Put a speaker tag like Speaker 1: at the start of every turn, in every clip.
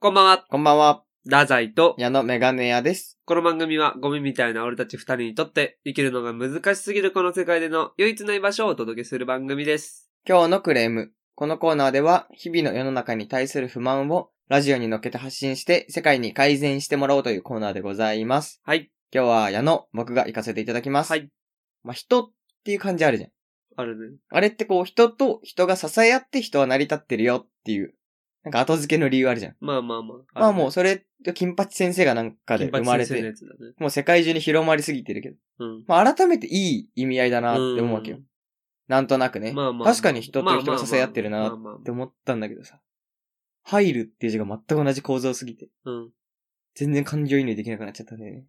Speaker 1: こんばんは、
Speaker 2: こんばんは。
Speaker 1: ダザイと、
Speaker 2: 矢野メガネ屋です。
Speaker 1: この番組はゴミみたいな俺たち二人にとって生きるのが難しすぎるこの世界での唯一の居場所をお届けする番組です。
Speaker 2: 今日のクレーム。このコーナーでは、日々の世の中に対する不満をラジオに乗っけて発信して、世界に改善してもらおうというコーナーでございます。
Speaker 1: はい。
Speaker 2: 今日は矢野、僕が行かせていただきます。
Speaker 1: は。い。
Speaker 2: まあ、人っていう感じあるじゃん。
Speaker 1: あるね。
Speaker 2: あれってこう、人と人が支え合って人は成り立ってるよっていう、なんか後付けの理由あるじゃん。
Speaker 1: まあまあまあ。
Speaker 2: まあもうそれ、金八先生がなんかで
Speaker 1: 金
Speaker 2: 生
Speaker 1: 八
Speaker 2: まれ
Speaker 1: 先生のや
Speaker 2: て、
Speaker 1: つだね。
Speaker 2: もう世界中に広まりすぎてるけど、
Speaker 1: うん。
Speaker 2: まあ改めていい意味合いだなって思うわけよ。なんとなくね。
Speaker 1: まあまあ。
Speaker 2: 確かに人と人が支え合ってるな
Speaker 1: まあ
Speaker 2: っ
Speaker 1: まあまあ
Speaker 2: て思ったんだけどさ。入るっていう字が全く同じ構造すぎて、
Speaker 1: うん。
Speaker 2: 全然感情移入できなくなっちゃったんだよね。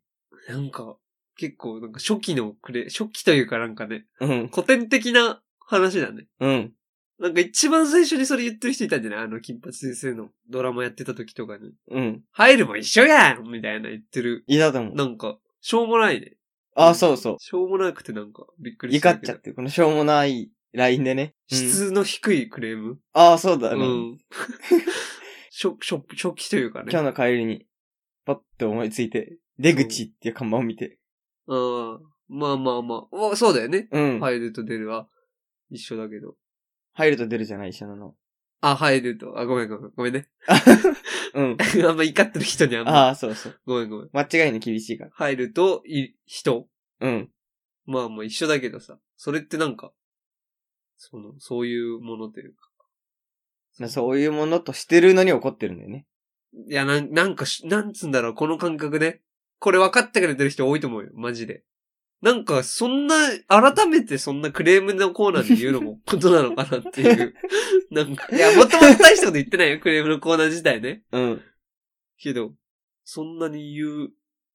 Speaker 1: なんか、結構なんか初期のくれ、初期というかなんかね、
Speaker 2: うん、
Speaker 1: 古典的な話だね。
Speaker 2: うん。
Speaker 1: なんか一番最初にそれ言ってる人いたんじゃないあの金八先生のドラマやってた時とかに。
Speaker 2: うん。
Speaker 1: 入るも一緒やんみたいな言ってる。
Speaker 2: いいだと思う。
Speaker 1: なんか、しょうもないね。
Speaker 2: あ、そうそう。
Speaker 1: しょうもなくてなんか、びっくりし
Speaker 2: 怒
Speaker 1: た
Speaker 2: っちゃっ
Speaker 1: け
Speaker 2: て、このしょうもないラインでね。
Speaker 1: ど。
Speaker 2: うん
Speaker 1: 質の低いクレーム。
Speaker 2: あ、そうだ
Speaker 1: う
Speaker 2: ね。
Speaker 1: ん。しょ、しょ、初期というかね。
Speaker 2: 今日の帰りに、パッと思いついて、出口っていう看板を見て。
Speaker 1: うん。まあまあまあ。おそうだよね。
Speaker 2: うん。
Speaker 1: 入ると出るは一緒だけど。
Speaker 2: 入ると出るじゃない、一緒なの。
Speaker 1: あ、入ると。あ、ごめんごめん。ごめんね。
Speaker 2: うん。
Speaker 1: あんま怒ってる人にあんま。
Speaker 2: ああ、そうそう。
Speaker 1: ごめんごめん。
Speaker 2: 間違いに厳しいから。
Speaker 1: 入ると、い、人。
Speaker 2: うん。
Speaker 1: まあまあ一緒だけどさ。それってなんか、その、そういうものというか。
Speaker 2: まあそういうものとしてるのに怒ってるんだよね。
Speaker 1: いや、なん、なんかし、なんつうんだろう、この感覚ね。これ分かってくれてる人多いと思うよ、マジで。なんか、そんな、改めてそんなクレームのコーナーで言うのもことなのかなっていう。なんか、いや、もともと大したこと言ってないよ、クレームのコーナー自体ね。
Speaker 2: うん。
Speaker 1: けど、そんなに言う、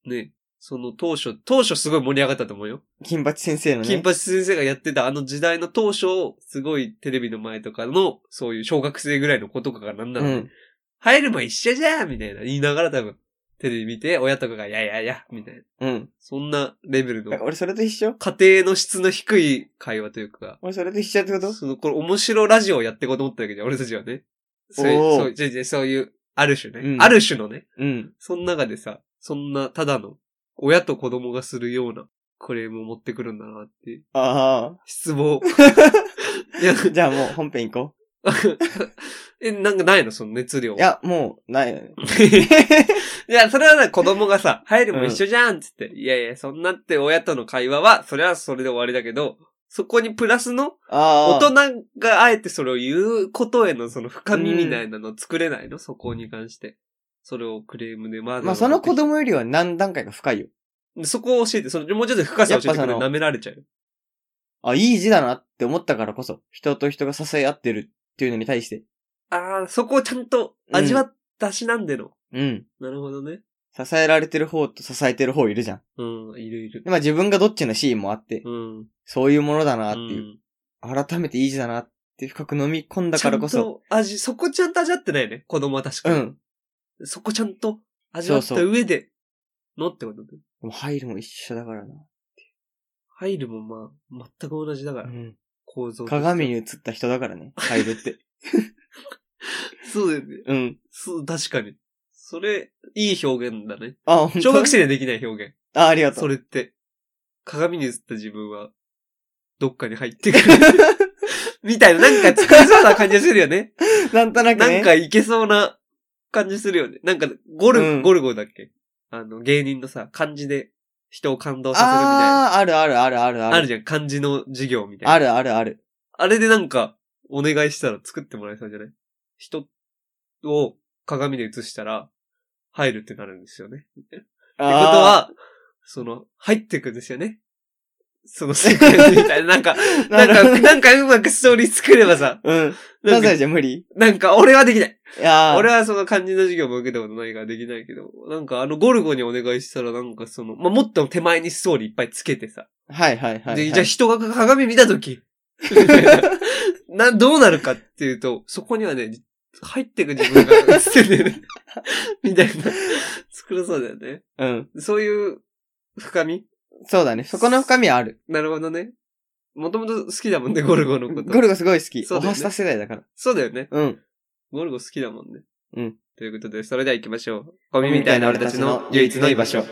Speaker 1: ね、その当初、当初すごい盛り上がったと思うよ。
Speaker 2: 金八先生のね。
Speaker 1: 金八先生がやってたあの時代の当初、すごいテレビの前とかの、そういう小学生ぐらいの子とかがなんな
Speaker 2: う
Speaker 1: の、
Speaker 2: ん。
Speaker 1: 入るも一緒じゃんみたいな言いながら多分、テレビ見て、親とかが、いやいやいや、みたいな。
Speaker 2: うん。
Speaker 1: そんなレベルの
Speaker 2: だから、俺それと一緒
Speaker 1: 家庭の質の低い会話というか、
Speaker 2: 俺それと一緒ってこと
Speaker 1: その、これ面白ラジオをやっていこうと思ったわけじゃん、俺たちはね。そういう、
Speaker 2: おー
Speaker 1: そうじゃじゃそういう、ある種ね、
Speaker 2: うん
Speaker 1: ある種のね、
Speaker 2: うん。
Speaker 1: その中でさ、そんな、ただの、親と子供がするようなクレームを持ってくるんだなっていう、
Speaker 2: あ
Speaker 1: 失 望。いや
Speaker 2: あ。、 じゃあもう本編行こ
Speaker 1: え、なんかないのその熱量
Speaker 2: う。い。や、もう、ないよね。
Speaker 1: いや、それはね、子供がさ、入るも一緒じゃんっつって、いやいや、そんなって親との会話は、それはそれで終わりだけど、そこにプラスの、
Speaker 2: あ
Speaker 1: 大
Speaker 2: あ。
Speaker 1: 人があえてそれを言うことへのその深みみたいなの作れないの、そこに関して。それをクレームでまだ
Speaker 2: まあ、その子供よりは何段階か深いよ。
Speaker 1: そこを教えて、その、もうちょっと深さ教えてくれ
Speaker 2: やっぱその
Speaker 1: 舐められちゃうよ。
Speaker 2: あ、いい字だなって思ったからこそ、人と人が支え合ってるっていうのに対して。
Speaker 1: ああ、そこをちゃんと味わったしなんでの。
Speaker 2: うん。
Speaker 1: なるほどね。
Speaker 2: 支えられてる方と支えてる方いるじゃん。
Speaker 1: うん、いるいる
Speaker 2: で。まあ自分がどっちのシーンもあって、
Speaker 1: うん。
Speaker 2: そういうものだ
Speaker 1: あ
Speaker 2: なっていう。改めていい字だなって深く飲み込んだ
Speaker 1: だか
Speaker 2: からら
Speaker 1: こ
Speaker 2: こ
Speaker 1: そ。ちゃん
Speaker 2: そ。
Speaker 1: と味、そこちゃんと味わってないね。子供は確か
Speaker 2: う
Speaker 1: に。
Speaker 2: ん。
Speaker 1: そこちゃんと味わった
Speaker 2: そうそう
Speaker 1: 上でのってことで。
Speaker 2: でも入るも一緒だからな。
Speaker 1: 入るもまあ、全く同じだか
Speaker 2: う
Speaker 1: ら、
Speaker 2: ん。
Speaker 1: 構造として
Speaker 2: 鏡に映った人だからね。入るって。
Speaker 1: そうだよね。
Speaker 2: うん。
Speaker 1: そう、確かに。それ、いい表現だ ね。
Speaker 2: あ、本当
Speaker 1: 小学生にはできない表現。
Speaker 2: あ、ありがと。
Speaker 1: そうれって。鏡に映った自分は、どっかに入ってく る。みたいな、なんか作りそうな感じがするよね。
Speaker 2: なんとなく
Speaker 1: な
Speaker 2: ね。
Speaker 1: んかいけそうな感じするよね。なんか、ゴル、
Speaker 2: うん
Speaker 1: ゴルゴだっけあの、芸人のさ、漢字で人を感動させるみたいな。
Speaker 2: ああ、あるあるあるあるあ
Speaker 1: あ
Speaker 2: る。
Speaker 1: るじゃん、漢字の授業みたいな。
Speaker 2: あるあるある。
Speaker 1: あれでなんか、お願いしたら作ってもらえそうじゃない人を鏡で映したら、入るってなるんですよね。って
Speaker 2: あ
Speaker 1: こと
Speaker 2: あ
Speaker 1: は、その、入ってくんですよね。その世界みたいな、なんか、
Speaker 2: ー、
Speaker 1: なん
Speaker 2: なるほ
Speaker 1: か、なんかうまくストーリー作ればさ、
Speaker 2: どうん。
Speaker 1: な
Speaker 2: なん
Speaker 1: か
Speaker 2: ぜ、じゃ無理
Speaker 1: なんか俺はできない。
Speaker 2: いやー
Speaker 1: 俺はその漢字の授業も受けたことないからできないけど、なんかあのゴルゴにお願いしたらなんかその、まあ、もっと手前にストーリーいっぱいつけてさ、
Speaker 2: はいはいはい。
Speaker 1: で、じゃあ人が鏡見たと き、みたいなな、どうなるかっていうと、そこにはね、入ってく自分が映っててね、みたいな、作らそうだよね。
Speaker 2: うん。
Speaker 1: そういう深み
Speaker 2: そうだね。そこの深みはある。
Speaker 1: なるほどね。もともと好きだもんね、ゴルゴのこと
Speaker 2: ゴ。ルゴすごい好き。
Speaker 1: そう
Speaker 2: お
Speaker 1: だよね
Speaker 2: はスタ世代だから。
Speaker 1: そうだよね。
Speaker 2: うん。
Speaker 1: ゴルゴ好きだもんね。
Speaker 2: うん
Speaker 1: っということで、それでは行きましょう。ゴミみたいな俺たちの唯一の居場所。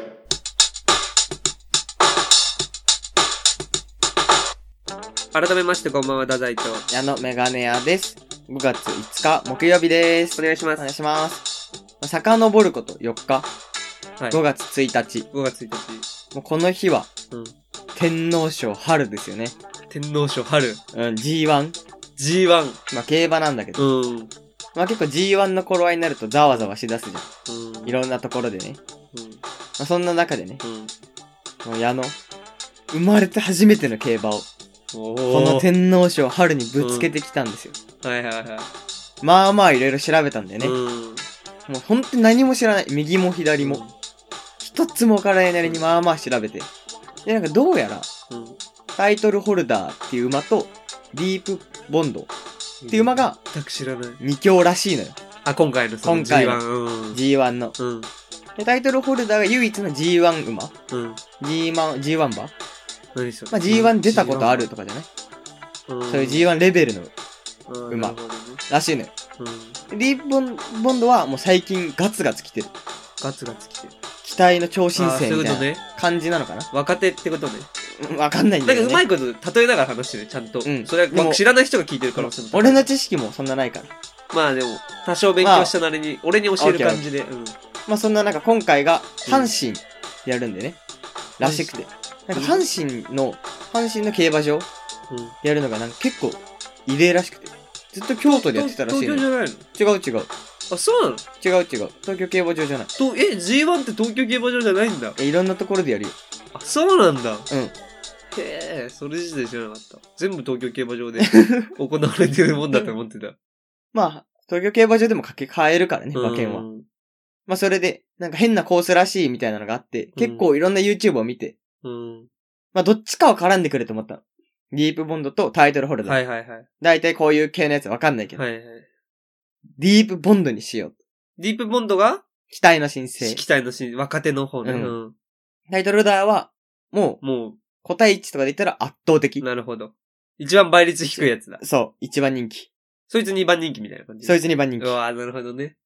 Speaker 1: 改めまして、こんばんは、太宰と。
Speaker 2: 矢野メガネ屋です。5月5日木曜日です。
Speaker 1: お願いしま
Speaker 2: お願い
Speaker 1: す。
Speaker 2: します。遡ること4日、
Speaker 1: はい。
Speaker 2: 5
Speaker 1: 5
Speaker 2: 月1日。
Speaker 1: 月1日、
Speaker 2: もうこの日は、
Speaker 1: うん
Speaker 2: 天皇賞春ですよね。
Speaker 1: 天皇賞春、
Speaker 2: うん、G1。
Speaker 1: G1。
Speaker 2: まあ、競馬なんだけど。
Speaker 1: うん。うん。
Speaker 2: まあ結構 G1 の頃合いになるとざわざわしだすじゃん。いろんなところでね。
Speaker 1: うん。
Speaker 2: まあ、そんな中でね、
Speaker 1: うん。
Speaker 2: もう矢野、生まれて初めての競馬を、
Speaker 1: お
Speaker 2: この
Speaker 1: ー。
Speaker 2: 天皇賞春にぶつけてきたんですよ。
Speaker 1: はいはいは
Speaker 2: まあまあいろいろ調べたんだよ
Speaker 1: い。
Speaker 2: ね。
Speaker 1: うん。
Speaker 2: もうほんと何も知らない。右も左も。一つもわからないなりにまあまあ調べて。で、なんかどうやら、
Speaker 1: うん。っ
Speaker 2: タイトルホルダーっていう馬と、ディープボンドっていう馬。が
Speaker 1: 全く知らない。
Speaker 2: 2強らしいのよ。
Speaker 1: あ、今回のその
Speaker 2: 今回
Speaker 1: G1。
Speaker 2: の
Speaker 1: うん。
Speaker 2: G1 の。
Speaker 1: うん。
Speaker 2: で、タイトルホルダーが唯一の G1 馬。
Speaker 1: うん。
Speaker 2: G1、G1 馬ま
Speaker 1: 何それ
Speaker 2: あ G1 出たことあるとかじゃない、
Speaker 1: うん
Speaker 2: そういう G1 レベルの
Speaker 1: うんな
Speaker 2: 馬
Speaker 1: るほどね
Speaker 2: らしいのよ。
Speaker 1: うん。
Speaker 2: ディープボンボンドはもう最近ガツガツ来てる。
Speaker 1: ガツガツ来てる。
Speaker 2: 期待の超新
Speaker 1: あーそう
Speaker 2: 星
Speaker 1: いう
Speaker 2: み
Speaker 1: こ
Speaker 2: た
Speaker 1: と
Speaker 2: いな
Speaker 1: ね。
Speaker 2: 感じなのかな
Speaker 1: 若手ってことね。
Speaker 2: うんわかんないん
Speaker 1: なんか
Speaker 2: だけど、
Speaker 1: う
Speaker 2: ね。
Speaker 1: まいこと例えながら話してね、ちゃんと。
Speaker 2: うん
Speaker 1: それ
Speaker 2: で
Speaker 1: は
Speaker 2: も
Speaker 1: 知らない人が聞いてるから。
Speaker 2: うん俺の知識もそんなないから。
Speaker 1: まあでも、多少勉強したなりに、俺に教える感じで。うん。
Speaker 2: まあそんな中今回が
Speaker 1: うん
Speaker 2: 阪神でやるんでね、らしくて。なんか阪神の、阪神の競馬場
Speaker 1: うん
Speaker 2: でやるのがなんか結構異例らしくて。ずっと京都でやってたらしいの
Speaker 1: 東
Speaker 2: よ。
Speaker 1: 京じゃないの
Speaker 2: 違う違う。
Speaker 1: あ、そうなの
Speaker 2: 違う違う。東京競馬場じゃない。
Speaker 1: とえ、G1 って東京競馬場じゃないんだ。
Speaker 2: えいろんなところでやるよ。
Speaker 1: あ、そうなんだ。
Speaker 2: うん。
Speaker 1: へえ、それ自体知らなかった。全部東京競馬場で 行われてるもんだと思ってた。
Speaker 2: まあ、東京競馬場でもかけ替えるからね、 馬券
Speaker 1: う
Speaker 2: は。
Speaker 1: ん
Speaker 2: まあそれで、なんか変なコースらしいみたいなのがあって、結構いろんな YouTube を見て、
Speaker 1: うん。
Speaker 2: まあどっちかは絡んでくると思ったの。ディープボンドとタイトルホルダー。
Speaker 1: はいはいはい。
Speaker 2: だいたいこういう系のやつわかんないけど、
Speaker 1: はいはい。
Speaker 2: ディープボンドにしよう。
Speaker 1: ディープボンドが、
Speaker 2: 期待の新星。
Speaker 1: 期待のし、若手の方ね。
Speaker 2: う
Speaker 1: うんん。
Speaker 2: タイトルダーは、もう、
Speaker 1: も
Speaker 2: 個体値とかで言ったら圧倒的
Speaker 1: う、。なるほど。一番倍率低いやつだ。
Speaker 2: そう、一番人気。
Speaker 1: そいつ二番人気みたいな感じ。
Speaker 2: そいつ二番人
Speaker 1: う
Speaker 2: 気。
Speaker 1: わーなるほどね。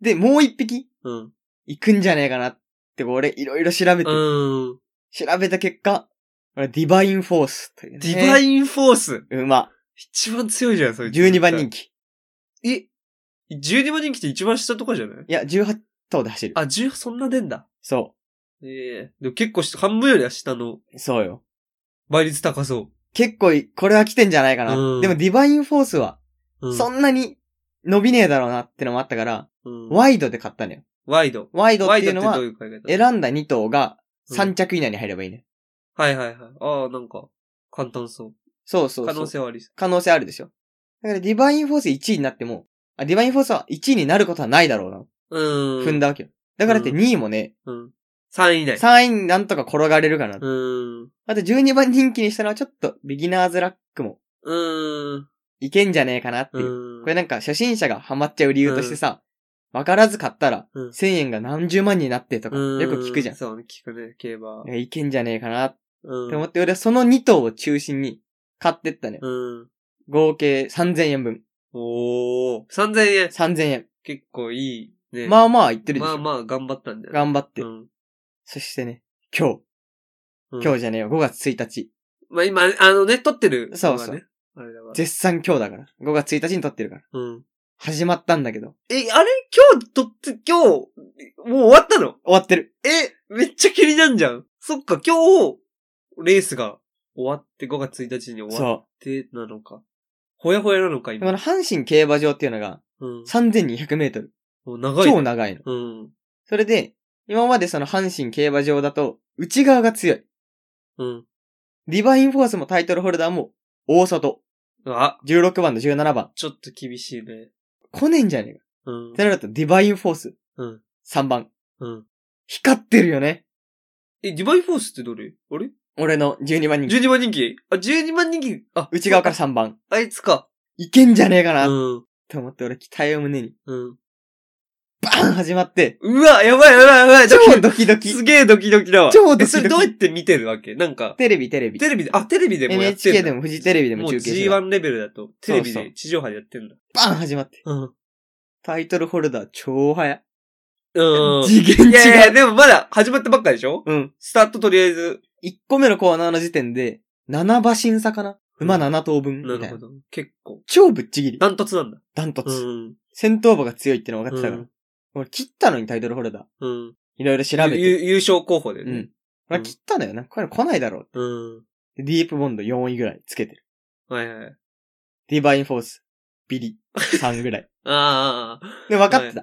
Speaker 2: で、もう一匹、
Speaker 1: うん。
Speaker 2: 行くんじゃねえかなって、俺、いろいろ調べて、
Speaker 1: うん。
Speaker 2: 調べた結果、俺、ディバインフォースという、ね。
Speaker 1: ディバ
Speaker 2: ン
Speaker 1: インフォース。
Speaker 2: 馬、
Speaker 1: 一番強いじゃん、そいつ。
Speaker 2: 12番人
Speaker 1: 気。
Speaker 2: 気。
Speaker 1: え ?12 番人気って一番下とかじゃない
Speaker 2: いや、18頭で走る。
Speaker 1: あ、10、そんな出んだ。
Speaker 2: そ
Speaker 1: ええでも結構し、半分よりは下の
Speaker 2: う、そうよ。
Speaker 1: 倍率高そ
Speaker 2: 結構、これは来てんじゃないかな。
Speaker 1: うん
Speaker 2: でも、ディバインフォースは、
Speaker 1: う。うん、
Speaker 2: そんなに伸びねえだろうなってのもあったから、
Speaker 1: うん
Speaker 2: ワイドで買ったのよ。
Speaker 1: ワイド。
Speaker 2: ワイドっ
Speaker 1: ワ
Speaker 2: て
Speaker 1: イ
Speaker 2: い
Speaker 1: ドっ
Speaker 2: うの
Speaker 1: て
Speaker 2: は
Speaker 1: どう、いう考え方
Speaker 2: 選んだ2頭が
Speaker 1: うん
Speaker 2: 3着以内に入ればいいね。
Speaker 1: はいはいはい。ああ、なんか、簡単そう。
Speaker 2: そうそうそう。
Speaker 1: 可能性はありそ
Speaker 2: 可能性あるでしょ。だからディバインフォース1位になっても、あ、ディバインフォースは1位になることはないだろうな。
Speaker 1: う。うん。
Speaker 2: 踏んだ。わけよ。だからって
Speaker 1: うん
Speaker 2: 2位もね、
Speaker 1: うん。3位以内。
Speaker 2: 3位になんとか転がれるかな。
Speaker 1: うーん。
Speaker 2: あと12番人気にしたのはちょっとビギナーズラックも
Speaker 1: うーん。
Speaker 2: いけんじゃねえかなって
Speaker 1: う
Speaker 2: いう。
Speaker 1: ーん。
Speaker 2: これなんか初心者がハマっちゃう理由としてさ、わからず買ったら
Speaker 1: うん
Speaker 2: 1000円が何十万になってとか
Speaker 1: うーん
Speaker 2: よく聞くじゃん。
Speaker 1: そうね、聞くね、競馬。
Speaker 2: いけんじゃねえかなっ
Speaker 1: うん。
Speaker 2: て思って、俺はその2頭を中心に買ってったのよ。
Speaker 1: うん。
Speaker 2: 合計3000円分。
Speaker 1: おー。3000円。
Speaker 2: 3000円。
Speaker 1: 結構いいね。
Speaker 2: ま
Speaker 1: あ、
Speaker 2: あまあ言ってるでし
Speaker 1: ま
Speaker 2: ょ
Speaker 1: あ。まあ、頑張ったんだよ。
Speaker 2: 頑張って
Speaker 1: う。ん。
Speaker 2: そしてね、今日、
Speaker 1: うん
Speaker 2: 今日じゃねえよ、5月1日。
Speaker 1: まあ今、あのね、撮ってる。
Speaker 2: そうそう
Speaker 1: ね。あれだから。
Speaker 2: 絶賛今日だから。5月1日に撮ってるから。
Speaker 1: うん。
Speaker 2: 始まったんだけど。
Speaker 1: え、あれ今日撮って、今日、もう終わったの
Speaker 2: 終わってる。
Speaker 1: え、めっちゃ気になんじゃん。そっか、今日、レースが終わって、5月1日に終わっ
Speaker 2: そ
Speaker 1: てなのか。ほやほやなのか、
Speaker 2: う。でこ
Speaker 1: 今
Speaker 2: の。阪神競馬場っていうのが
Speaker 1: うん。
Speaker 2: 3200メートル。
Speaker 1: もう長いね。
Speaker 2: 超長いの。
Speaker 1: うん。
Speaker 2: それで、今までその阪神競馬場だと、内側が強い。
Speaker 1: うん。
Speaker 2: ディバインフォースもタイトルホルダーも、大外。
Speaker 1: あ、
Speaker 2: 16番と17番。
Speaker 1: ちょっと厳しいね。
Speaker 2: 来ねえんじゃねえか。
Speaker 1: うん
Speaker 2: っ。てなると、ディバインフォース。
Speaker 1: うん。
Speaker 2: 3番。
Speaker 1: うん。
Speaker 2: 光ってるよね。
Speaker 1: え、ディバインフォースってどれあれ
Speaker 2: 俺の12番人気。
Speaker 1: ?12 万人気あ、12万人気あ、
Speaker 2: 内側から3番。
Speaker 1: あいつか。
Speaker 2: いけんじゃねえか
Speaker 1: う
Speaker 2: な。と
Speaker 1: ん。
Speaker 2: 思って俺期待を胸に。
Speaker 1: うん。
Speaker 2: バーン始まって、
Speaker 1: うわ、やばいやばいやばい。ドキ
Speaker 2: 超ドキドキ
Speaker 1: す。げえドキドキだわ。
Speaker 2: 超ドキドキ
Speaker 1: えそれどうやって見てるわけなんか、
Speaker 2: テレビ、テレビ。
Speaker 1: テレビで、あ、テレビでもやってんだ
Speaker 2: NHK でもフジテレビでも
Speaker 1: もう
Speaker 2: 中継してる
Speaker 1: G1 レベルだと、テレビ
Speaker 2: そうそ
Speaker 1: で
Speaker 2: う
Speaker 1: 地上波でやってんだ。
Speaker 2: バーン始まって。
Speaker 1: うん。
Speaker 2: タイトルホルダー超早。
Speaker 1: うん。
Speaker 2: 次元違う
Speaker 1: いやいや、でもまだ始まったばっかでしょ
Speaker 2: うん。
Speaker 1: スタートとりあえず。
Speaker 2: 1個目のコーナーの時点で、7馬審査かな馬7頭分みた
Speaker 1: ない
Speaker 2: な。
Speaker 1: るほど。結構。
Speaker 2: 超ぶっちぎり。
Speaker 1: ダントツなんだ。
Speaker 2: ダントツ。
Speaker 1: うん。
Speaker 2: 戦闘馬が強いっての分かってたから。
Speaker 1: うん
Speaker 2: 俺切ったのにタイトルホルダー。
Speaker 1: うん。
Speaker 2: いろいろ調べ
Speaker 1: ゆ
Speaker 2: て。
Speaker 1: 優勝候補だよ
Speaker 2: う
Speaker 1: ね
Speaker 2: ん。。俺は切ったんだよな。これ来ないだろう。
Speaker 1: うん。
Speaker 2: ディープボンド4位ぐらいつけてる。
Speaker 1: はいはい。
Speaker 2: ディバインフォース、ビリ、3ぐらい。
Speaker 1: ああ。
Speaker 2: で、分かってた。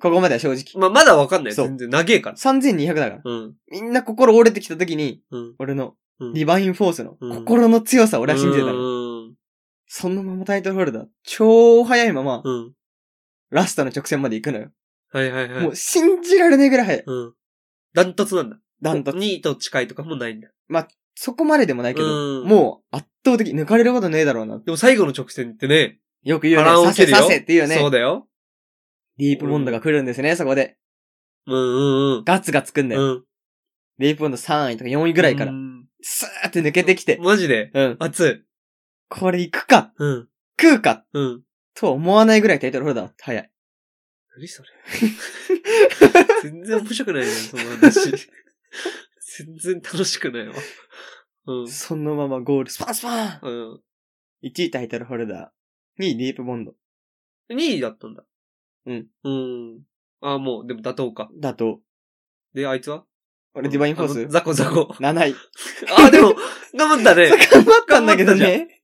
Speaker 2: ここまでは正直。
Speaker 1: まあ、まだわかんないよ。
Speaker 2: そう
Speaker 1: 全然。長えから。
Speaker 2: 3200だから。
Speaker 1: うん。
Speaker 2: みんな心折れてきた時に、
Speaker 1: うん。
Speaker 2: 俺の
Speaker 1: うん
Speaker 2: ディバインフォースの
Speaker 1: うん
Speaker 2: 心の強さを俺は信じてた
Speaker 1: う
Speaker 2: の。
Speaker 1: ん。
Speaker 2: そのままタイトルホルダー、超早いまま、
Speaker 1: うん。
Speaker 2: ラストの直線まで行くのよ。
Speaker 1: はいはいはい。
Speaker 2: もう信じられないぐらい早い。
Speaker 1: うん。ダントツなんだ。
Speaker 2: ダントツ。
Speaker 1: 2位と近いとかもないんだ。
Speaker 2: そこまででもないけど、
Speaker 1: うん
Speaker 2: もう圧倒的、抜かれることねえだろうな。
Speaker 1: でも最後の直線ってね、
Speaker 2: よく言う
Speaker 1: 波
Speaker 2: ね。
Speaker 1: 乱を
Speaker 2: さ
Speaker 1: 受
Speaker 2: せ
Speaker 1: けるよ。
Speaker 2: させっていうね。
Speaker 1: そうだよ。
Speaker 2: ディープボンドが来るんですね、そこで。
Speaker 1: うんうんうん。
Speaker 2: ガツガツ来んだよ。
Speaker 1: うん。
Speaker 2: ディープボンド3位とか4位ぐらいから
Speaker 1: う、ん
Speaker 2: スーって抜けてきて、
Speaker 1: マジで
Speaker 2: うん。
Speaker 1: 熱い。
Speaker 2: これ行くか、
Speaker 1: うん。
Speaker 2: 食うか、
Speaker 1: うん。
Speaker 2: とは思わないぐらいタイトルホルダー早い。
Speaker 1: 何そ れ。全然面白くないね、その話。全然楽しくないわ。うん。
Speaker 2: そのままゴール、スパンスパン
Speaker 1: うん。
Speaker 2: !1 位タイトルホルダー、2位ディープボンド、
Speaker 1: 2位だったんだ。
Speaker 2: うん。
Speaker 1: うん。ああ、もう、でも妥当か。
Speaker 2: だと、
Speaker 1: で、あいつは
Speaker 2: 俺ディバインフォー
Speaker 1: あの
Speaker 2: ス、
Speaker 1: ザコザコ。
Speaker 2: 7位。
Speaker 1: ああ、でも、頑張った ね。
Speaker 2: 頑張ったんだけど
Speaker 1: 頑
Speaker 2: ね。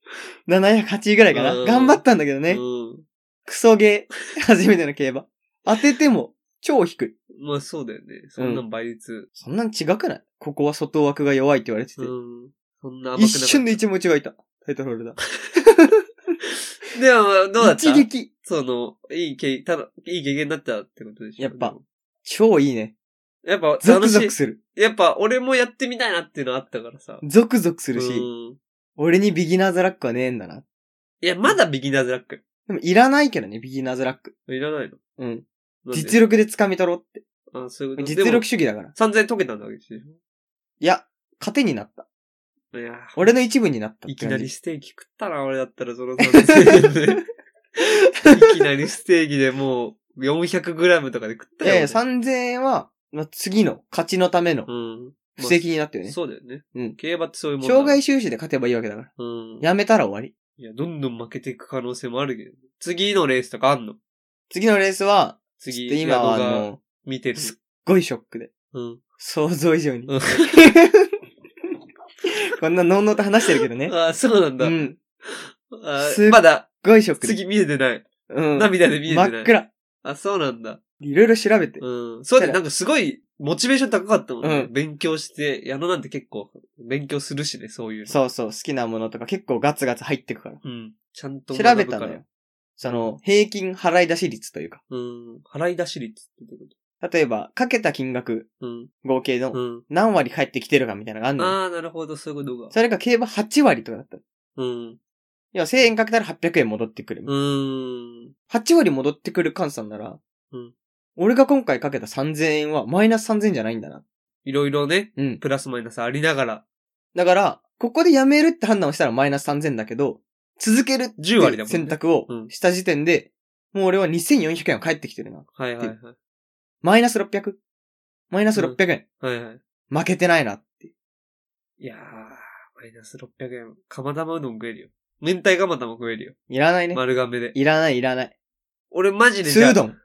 Speaker 2: 708位ぐらいかな。
Speaker 1: うん
Speaker 2: 頑張ったんだけどね。
Speaker 1: うん。
Speaker 2: クソゲー、初めての競馬。当てても、超低い。
Speaker 1: まあそうだよね。そんなん倍率。
Speaker 2: そんなん違くないここは外枠が弱いって言われてて
Speaker 1: う。ん。そんな甘くなか
Speaker 2: 一
Speaker 1: った。
Speaker 2: 瞬で一文字がいた。タイトルホルダー。
Speaker 1: でもまあ、どうだった
Speaker 2: 一撃。
Speaker 1: その、いい経ただ、いい経験になったってことでしょ
Speaker 2: やっぱ
Speaker 1: でも
Speaker 2: 超いいね。
Speaker 1: やっぱ
Speaker 2: ゾク
Speaker 1: 楽し
Speaker 2: ゾク
Speaker 1: い。
Speaker 2: する。
Speaker 1: やっぱ俺もやってみたいなっていうのあったからさ。
Speaker 2: ゾクゾクする
Speaker 1: う
Speaker 2: し、
Speaker 1: ん
Speaker 2: 俺にビギナーズラックはねえんだな。
Speaker 1: いや、まだビギナーズラック。
Speaker 2: でもいらないけどね、ビギナーズラック。
Speaker 1: いらないの。
Speaker 2: うん。
Speaker 1: なんで
Speaker 2: 実力で掴み取ろうって。
Speaker 1: あ、そういうこと。
Speaker 2: 実力主義だから。
Speaker 1: 3000解けたんだわけでしょ
Speaker 2: いや、糧になった。
Speaker 1: いや、
Speaker 2: 俺の一部になったっ
Speaker 1: いき
Speaker 2: て感
Speaker 1: な
Speaker 2: じ
Speaker 1: りステーキ食ったな、俺だったらその3000円で いきなりステーキでもう 400g とかで食った
Speaker 2: い
Speaker 1: よ。
Speaker 2: やいや、
Speaker 1: 俺
Speaker 2: 3000円は、まあ、次の勝ちのための
Speaker 1: うん。
Speaker 2: 布石になってるね。
Speaker 1: そうだよね。
Speaker 2: うん
Speaker 1: 競馬ってそういうもんだ
Speaker 2: 障害収支で勝てばいいわけだから。
Speaker 1: うん。
Speaker 2: やめたら終わり。
Speaker 1: いや、どんどん負けていく可能性もあるけど。次のレースとかあんの
Speaker 2: 次のレースは、
Speaker 1: 次、
Speaker 2: で今はあ
Speaker 1: 宿が
Speaker 2: の、
Speaker 1: 見てる。
Speaker 2: すごいショックで。
Speaker 1: うん。
Speaker 2: 想像以 上に。
Speaker 1: うん
Speaker 2: こんなのんのんと話してるけどね。
Speaker 1: ああ、そうなんだ。
Speaker 2: うん。
Speaker 1: あ
Speaker 2: す
Speaker 1: ーまだ、
Speaker 2: すごいショックで。
Speaker 1: 次見えてない。
Speaker 2: うん。
Speaker 1: 涙で見えてない。
Speaker 2: 真っ暗。
Speaker 1: あ、そうなんだ。
Speaker 2: いろいろ調べて。
Speaker 1: うん。そうだね。なんかすごい、モチベーション高かったもんね。
Speaker 2: うん
Speaker 1: 勉強して、矢野なんて結構、勉強するしね、そういうの。
Speaker 2: そうそう、好きなものとか結構ガツガツ入ってくから。
Speaker 1: うん。ちゃんと
Speaker 2: 調べ
Speaker 1: 学ぶか
Speaker 2: た
Speaker 1: ら
Speaker 2: のよ。。その、平均払い出し率というか。
Speaker 1: うん。払い出し率ってこ
Speaker 2: 例えば、かけた金額、
Speaker 1: と。うん。
Speaker 2: 合計の
Speaker 1: うん。
Speaker 2: 何割返ってきてるかみたいなのがあるのよ。
Speaker 1: ああ、なるほど、そういうことが。
Speaker 2: それが競馬8割とかだった。
Speaker 1: うん。
Speaker 2: 要は1000円かけたら800円戻ってくる。
Speaker 1: うーん。
Speaker 2: 8割戻ってくる換算なら、
Speaker 1: うん
Speaker 2: 俺が今回かけた3000円はマイナス3000円じゃないんだな。
Speaker 1: いろいろね、
Speaker 2: うん。
Speaker 1: プラスマイナスありながら、
Speaker 2: だから、ここでやめるって判断をしたらマイナス3000だけど、続けるって
Speaker 1: 10割だもんね
Speaker 2: 選択を
Speaker 1: うん
Speaker 2: した時点で、もう俺は2400円は返ってきてるな。
Speaker 1: はいはいはい。
Speaker 2: マイナス 600? マイナス600円。
Speaker 1: はいはい。
Speaker 2: 負けてないなって。
Speaker 1: いやー、マイナス600円。釜玉うどん食えるよ。明太釜玉食えるよ。
Speaker 2: いらないね。
Speaker 1: 丸亀で。
Speaker 2: いらないいらない。
Speaker 1: 俺マジで
Speaker 2: ス
Speaker 1: じゃあ
Speaker 2: ードン。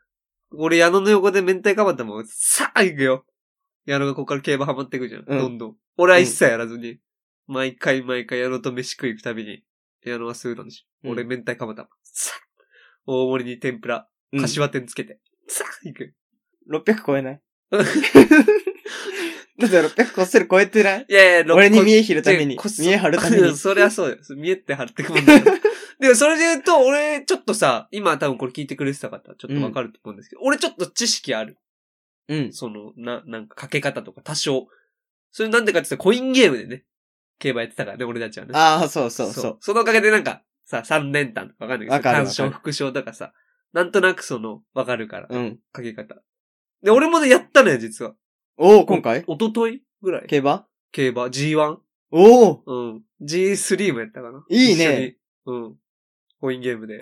Speaker 1: 俺矢野の横で明太釜玉をさあ行くよ。矢野がここから競馬ハマっていくじゃん。
Speaker 2: うん
Speaker 1: どんどん。俺は一切やらずに。毎回毎回矢野と飯食い行くたびに。矢野はスードンでしょ。
Speaker 2: うん
Speaker 1: 俺明太釜玉。さあ大盛りに天ぷら。
Speaker 2: うん
Speaker 1: 柏天つけて。さあ行く。
Speaker 2: 600超 えない。 だって600こっそり超えてない
Speaker 1: いやいや、
Speaker 2: 俺に見
Speaker 1: え
Speaker 2: え張るために。見え張るために。
Speaker 1: そりゃ そうです。見えって張ってくもん だよ。でもそれで言うと、俺、ちょっとさ、今多分これ聞いてくれてた方、ちょっとわかると思うんですけど、俺ちょっと知識ある。
Speaker 2: うん。
Speaker 1: その、な、なんかかけ方とか多少。それなんでかって言ったらコインゲームでね、競馬やってたからね、俺たちはね。
Speaker 2: ああ、そうそうそう。
Speaker 1: そのおかげでなんか、さ、三連単とかわかんないけ
Speaker 2: わ
Speaker 1: ど、
Speaker 2: かるわ
Speaker 1: 単
Speaker 2: かる
Speaker 1: 勝、副賞とかさ、なんとなくその、わかるから、
Speaker 2: うん。
Speaker 1: かけ方。で、俺もね、やったのよ、実は。
Speaker 2: おお今回
Speaker 1: おとといぐらい。
Speaker 2: 競馬
Speaker 1: 競馬、G1?
Speaker 2: おお
Speaker 1: うん。G3 もやったかな。
Speaker 2: いいね
Speaker 1: 一緒に。うん。コインゲームで。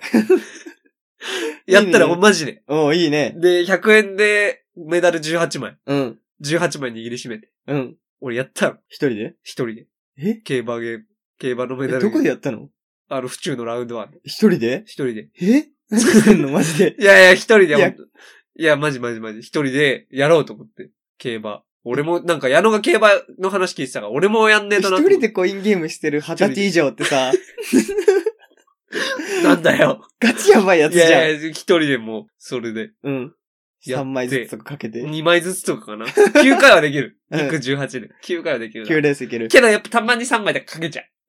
Speaker 1: やったらもうマジで。
Speaker 2: おーいいね。
Speaker 1: で、100円でメダル18枚。
Speaker 2: うん。
Speaker 1: 18枚握りしめて。
Speaker 2: うん。
Speaker 1: 俺やったの。
Speaker 2: 一人で
Speaker 1: 一人で。
Speaker 2: え
Speaker 1: 競馬ゲーム。競馬のメ
Speaker 2: え、
Speaker 1: ダル。
Speaker 2: どこでやったの
Speaker 1: あの、府中のラウンドワン。
Speaker 2: 一人で
Speaker 1: 一人で。
Speaker 2: え何してんのマジで。
Speaker 1: いやいや、一人で、
Speaker 2: いや
Speaker 1: ほんといや、マジマジマジ。一人でやろうと思って。競馬。俺も、なんか、矢野が競馬の話聞いてたから、俺もやんねえとなと思
Speaker 2: 一
Speaker 1: って。
Speaker 2: 人でコインゲームしてる二十歳以上っ てさ、
Speaker 1: なんだよ。
Speaker 2: ガチやばいやつ
Speaker 1: い
Speaker 2: じゃ
Speaker 1: や
Speaker 2: ん。
Speaker 1: いや、一人でもう、それで。
Speaker 2: うん。
Speaker 1: やって
Speaker 2: 3枚ずつとかかけて。
Speaker 1: 2枚ずつとかかな。9回はできる。
Speaker 2: うん
Speaker 1: 約18で。9回はでき
Speaker 2: 9
Speaker 1: る。
Speaker 2: レースいける。
Speaker 1: けどやっぱたまに3枚でかけちゃ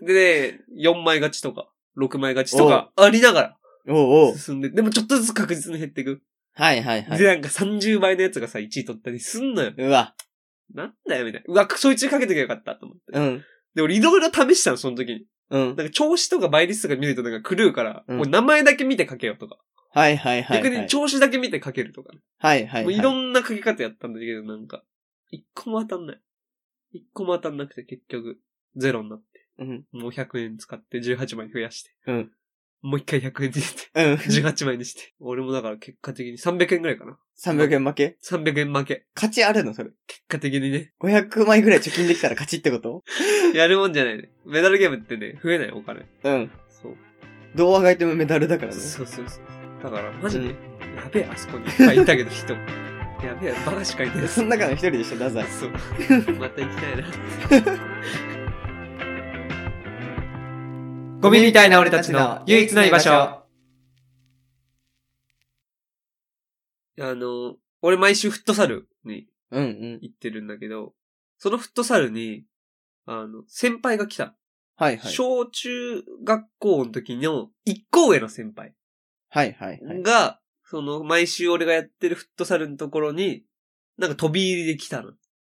Speaker 1: う。で、4枚勝ちとか、6枚勝ちとか、ありなが
Speaker 2: おうお
Speaker 1: ら
Speaker 2: う。
Speaker 1: 進んで、でもちょっとずつ確実に減っていく。
Speaker 2: はいはいは
Speaker 1: で、
Speaker 2: い。
Speaker 1: なんか30倍のやつがさ、1位取ったりすんのよ。
Speaker 2: うわ。
Speaker 1: なんだよ、みたいな。うわ、そいつかけときゃよかった、と思って。
Speaker 2: うん。
Speaker 1: で、俺いろいろ試したの、その時に。
Speaker 2: うん。
Speaker 1: なんか調子とか倍率とか見るとなんか狂うから、
Speaker 2: うん
Speaker 1: もう名前だけ見てかけようとか。
Speaker 2: はいはいはいは
Speaker 1: 逆に
Speaker 2: い。
Speaker 1: 調子だけ見てかけるとか。
Speaker 2: はいはい
Speaker 1: も
Speaker 2: は
Speaker 1: ういろ
Speaker 2: い。
Speaker 1: んな書き方やったんだけど、なんか、一個も当たんない。一個も当たんなくて結局、ゼロになって、
Speaker 2: うん。
Speaker 1: もう100円使って18枚増やして、
Speaker 2: うん。
Speaker 1: もう一回100円に して、
Speaker 2: うん。
Speaker 1: 18枚にして。俺もだから結果的に300円ぐらいかな。
Speaker 2: 300円負け
Speaker 1: 300円負け。
Speaker 2: 勝ちあるのそれ。
Speaker 1: 結果的にね。
Speaker 2: 500枚ぐらい貯金できたら勝ちってこと
Speaker 1: やるもんじゃないね。メダルゲームってね、増えないお金。
Speaker 2: うん。
Speaker 1: そう。
Speaker 2: どうあがいてもメダルだからね。
Speaker 1: そうそうそう。だから、マジで、
Speaker 2: うん
Speaker 1: やべえ、あそこにいっぱいいたけど人。やべえ、バカしかいないやつ
Speaker 2: その中の一人でしょ、ダザイ。
Speaker 1: そう。 また行きたいな。 ゴミみたいな俺たちの唯一の居場所。。あの、俺毎週フットサルに
Speaker 2: うんうん。
Speaker 1: 行ってるんだけど、そのフットサルに、あの、先輩が来た。
Speaker 2: はいはい。
Speaker 1: 小中学校の時の一校上の先輩
Speaker 2: はいはいはい。
Speaker 1: が、その、毎週俺がやってるフットサルのところに、なんか飛び入りで来たの。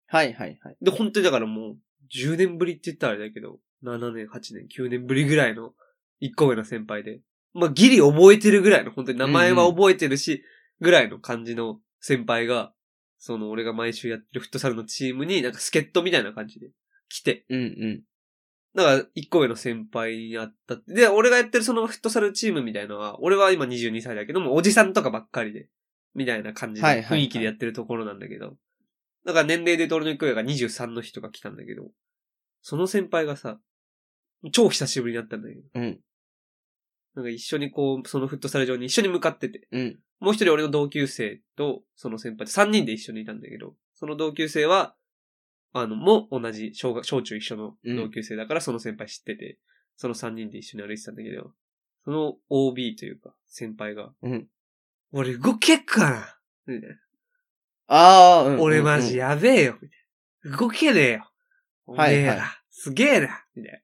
Speaker 2: はいはいはい。
Speaker 1: で、本当にだからもう、10年ぶりって言ったらあれだけど、7年、8年、9年ぶりぐらいの、1個上の先輩で。まあ、ギリ覚えてるぐらいの、本当に名前は覚えてるし、ぐらいの感じの先輩が、その、俺が毎週やってるフットサルのチームに、なんか助っ人みたいな感じで来て、
Speaker 2: うんうん。
Speaker 1: だから、1個上の先輩に会ったって。で、俺がやってるそのフットサルチームみたいのは、俺は今22歳だけども、おじさんとかばっかりで、みたいな感じの
Speaker 2: はいはい
Speaker 1: 雰
Speaker 2: はい
Speaker 1: 囲気でやってるところなんだけど。だから年齢で言うと俺の1個上が23の人が来たんだけど、その先輩がさ、超久しぶりに会ったんだけど、
Speaker 2: うん
Speaker 1: なんか一緒にこう、そのフットサル場に一緒に向かってて、
Speaker 2: うん。
Speaker 1: もう一人俺の同級生と、その先輩で3人で一緒にいたんだけど、その同級生は、あの、も同じ小学、小中一緒の同級生だから、その先輩知ってて、その3人で一緒に歩いてたんだけど、その OB というか、先輩が、
Speaker 2: うん
Speaker 1: 俺動けっかなみたいな
Speaker 2: ああ、うんうんうん。
Speaker 1: 俺マジやべえよ、みたいな。動けねえよ。おめえら、
Speaker 2: はいは
Speaker 1: すげえな、みたいな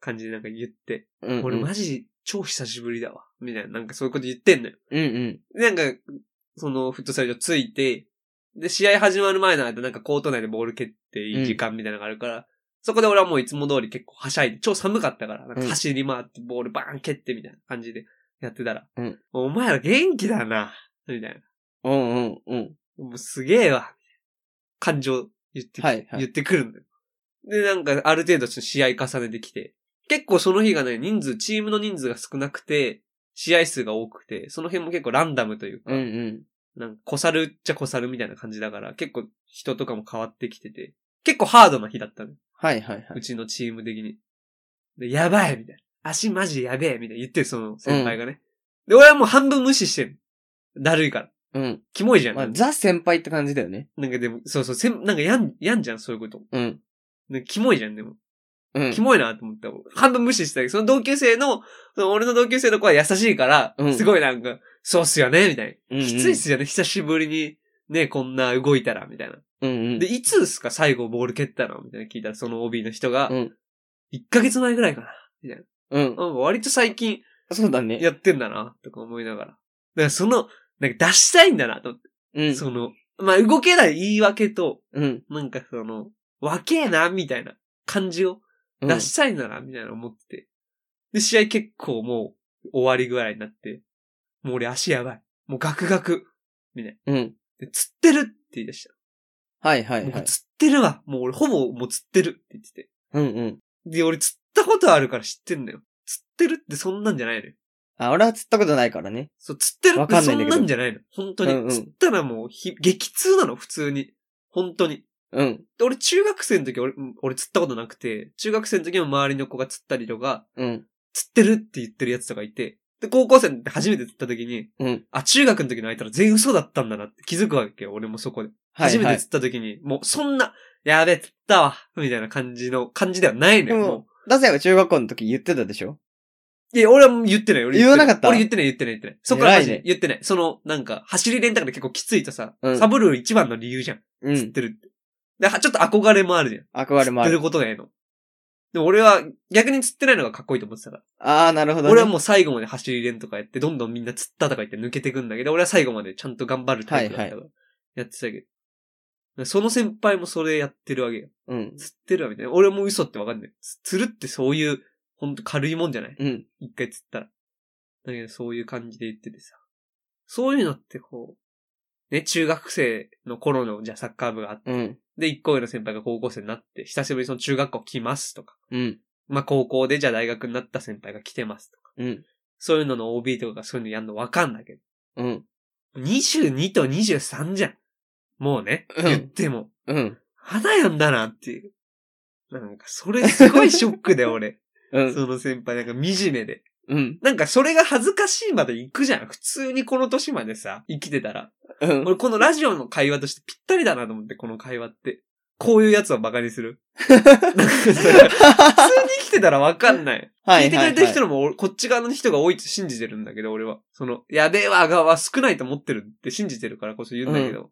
Speaker 1: 感じでなんか言って、
Speaker 2: うんうん。
Speaker 1: 俺マジ超久しぶりだわ、みたいな、なんかそういうこと言ってんのよ。
Speaker 2: うんうん。
Speaker 1: でなんか、その、フットサル場ついて、で、試合始まる前の間、なんかコート内でボール蹴っていい時間みたいなのがあるから、そこで俺はもういつも通り結構はしゃいで、超寒かったから、なんか走り回ってボールバーン蹴ってみたいな感じでやってたら、
Speaker 2: うん
Speaker 1: お前ら元気だな、みたいな。
Speaker 2: うんうんうん。
Speaker 1: もうすげえわ。感情言って、
Speaker 2: はいはい
Speaker 1: 言ってくるんだよ。で、なんか、ある程度ちょっと試合重ねてきて、結構その日がね、人数、チームの人数が少なくて、試合数が多くて、その辺も結構ランダムというか、
Speaker 2: うんうん。
Speaker 1: なんか、小猿っちゃ小猿みたいな感じだから、結構人とかも変わってきてて、結構ハードな日だったの。
Speaker 2: はいはいは
Speaker 1: う
Speaker 2: い。
Speaker 1: ちのチーム的に。で、やばいみたいな。足マジやべえみたいな言ってる、その先輩がね。で、俺はもう半分無視してる。だるいから。
Speaker 2: うん。
Speaker 1: キモいじゃん。
Speaker 2: まあ、ザ先輩って感じだよね。
Speaker 1: なんかでも、そうそう、せん、なんかやん、やんじゃん、そういうこと。
Speaker 2: うん。
Speaker 1: なんかキモいじゃん、でも。
Speaker 2: うん
Speaker 1: キ。モいなと思った。半分無視してたけど、その同級生の、その俺の同級生の子は優しいから、
Speaker 2: うん
Speaker 1: すごいなんか、そうっすよね、みたい
Speaker 2: うんう
Speaker 1: な。
Speaker 2: ん
Speaker 1: きついっすよね、久しぶりに、ね、こんな動いたら、みたいな。
Speaker 2: うんうん。
Speaker 1: で、いつっすか最後ボール蹴ったのみたいな聞いたら、その OB の人が、
Speaker 2: うん
Speaker 1: 1ヶ月前ぐらいかな。
Speaker 2: うん。
Speaker 1: なんか割と最近
Speaker 2: そうだね。
Speaker 1: やってんだな、とか思いながら。だからその、なんか出したいんだな、と思って。
Speaker 2: うん。
Speaker 1: その、まあ、動けない言い訳と、
Speaker 2: うん。
Speaker 1: なんかその、若えな、みたいな感じを
Speaker 2: うん
Speaker 1: 出したいなら、みたいな思ってて。で、試合結構もう終わりぐらいになって、もう俺足やばい。もうガクガク。
Speaker 2: うん。
Speaker 1: で、釣ってるって言い出した。
Speaker 2: はいはい
Speaker 1: もう
Speaker 2: はい。
Speaker 1: 釣ってるわ。もう俺ほぼもう釣ってるって言ってて。
Speaker 2: うんうん。
Speaker 1: で、俺釣ったことあるから知ってんのよ。釣ってるってそんなんじゃないのよ。
Speaker 2: あ、俺は釣ったことないからね。
Speaker 1: そう、釣ってる
Speaker 2: わ
Speaker 1: って
Speaker 2: かんな
Speaker 1: そ
Speaker 2: いんだ
Speaker 1: ん
Speaker 2: けど
Speaker 1: なんじゃないの本当に。
Speaker 2: うんうん
Speaker 1: 釣ったらもうひ、激痛なの、普通に。本当に。
Speaker 2: うん。
Speaker 1: で俺、中学生の時、俺、うん俺釣ったことなくて、中学生の時も周りの子が釣ったりとか、
Speaker 2: うん。
Speaker 1: 釣ってるって言ってるやつとかいて、で、高校生で初めて釣った時に、
Speaker 2: うん。
Speaker 1: あ、中学の時のあいたら全員嘘だったんだなって気づくわけよ、俺もそこで。初めて
Speaker 2: はいはい
Speaker 1: 釣った時に、もうそんな、やべえ、釣ったわ、みたいな感じの、感じではないのよ。
Speaker 2: でも
Speaker 1: も
Speaker 2: ダサいは中学校の時言ってたでしょ
Speaker 1: ういや、俺はもう言ってない。俺言って
Speaker 2: 言わなかった
Speaker 1: 俺言ってない、言ってない、言ってない。そこからマジ
Speaker 2: 偉いね
Speaker 1: 言ってない。その、なんか、走りレンタカーで結構きついとさ、
Speaker 2: うん
Speaker 1: サブルー一番の理由じゃん。
Speaker 2: う
Speaker 1: 釣っ
Speaker 2: ん。
Speaker 1: てるって。で、はちょっと憧れもあるじゃん。
Speaker 2: 憧れもあ
Speaker 1: 釣って
Speaker 2: る
Speaker 1: る。ことへの。でも俺は逆に釣ってないのがかっこいいと思ってたから。
Speaker 2: ああ、なるほど、ね。
Speaker 1: 俺はもう最後まで走り練とかやって、どんどんみんな釣ったとか言って抜けてくんだけど、俺は最後までちゃんと頑張るタイプだったから。やってたけど。その先輩もそれやってるわけよ。
Speaker 2: うん。
Speaker 1: 釣ってるわ、みたいな。俺も嘘ってわかんない。つ釣るってそういう、ほんと軽いもんじゃない
Speaker 2: うん。
Speaker 1: 一回釣ったら。だけどそういう感じで言っててさ。そういうのってこう、ね、中学生の頃の、じゃあサッカー部があって
Speaker 2: うん。
Speaker 1: で、一個上の先輩が高校生になって、久しぶりにその中学校来ますとか、
Speaker 2: うん。
Speaker 1: まあ高校でじゃあ大学になった先輩が来てますとか、
Speaker 2: うん。
Speaker 1: そういうのの OB とかがそういうのやんのわかんないけ
Speaker 2: うん。
Speaker 1: ど、22と23じゃん。もうね、
Speaker 2: うん
Speaker 1: 言っても、
Speaker 2: うん。
Speaker 1: 花やんだなっていう。なんか、それすごいショックだよ、俺。
Speaker 2: うん。
Speaker 1: その先輩、なんか惨めで。
Speaker 2: うん。
Speaker 1: なんか、それが恥ずかしいまで行くじゃん。普通にこの年までさ、生きてたら。
Speaker 2: うん。
Speaker 1: 俺、このラジオの会話としてぴったりだなと思って、この会話って。こういうやつを馬鹿にする。なんかさ普通に生きてたらわかん ない。
Speaker 2: は
Speaker 1: 聞いてくれてる人
Speaker 2: の。
Speaker 1: のも、俺こっち側の人が多いと信じてるんだけど、俺は。その、やべえわ側は少ないと思ってるって信じてるからこそ言うんだけど。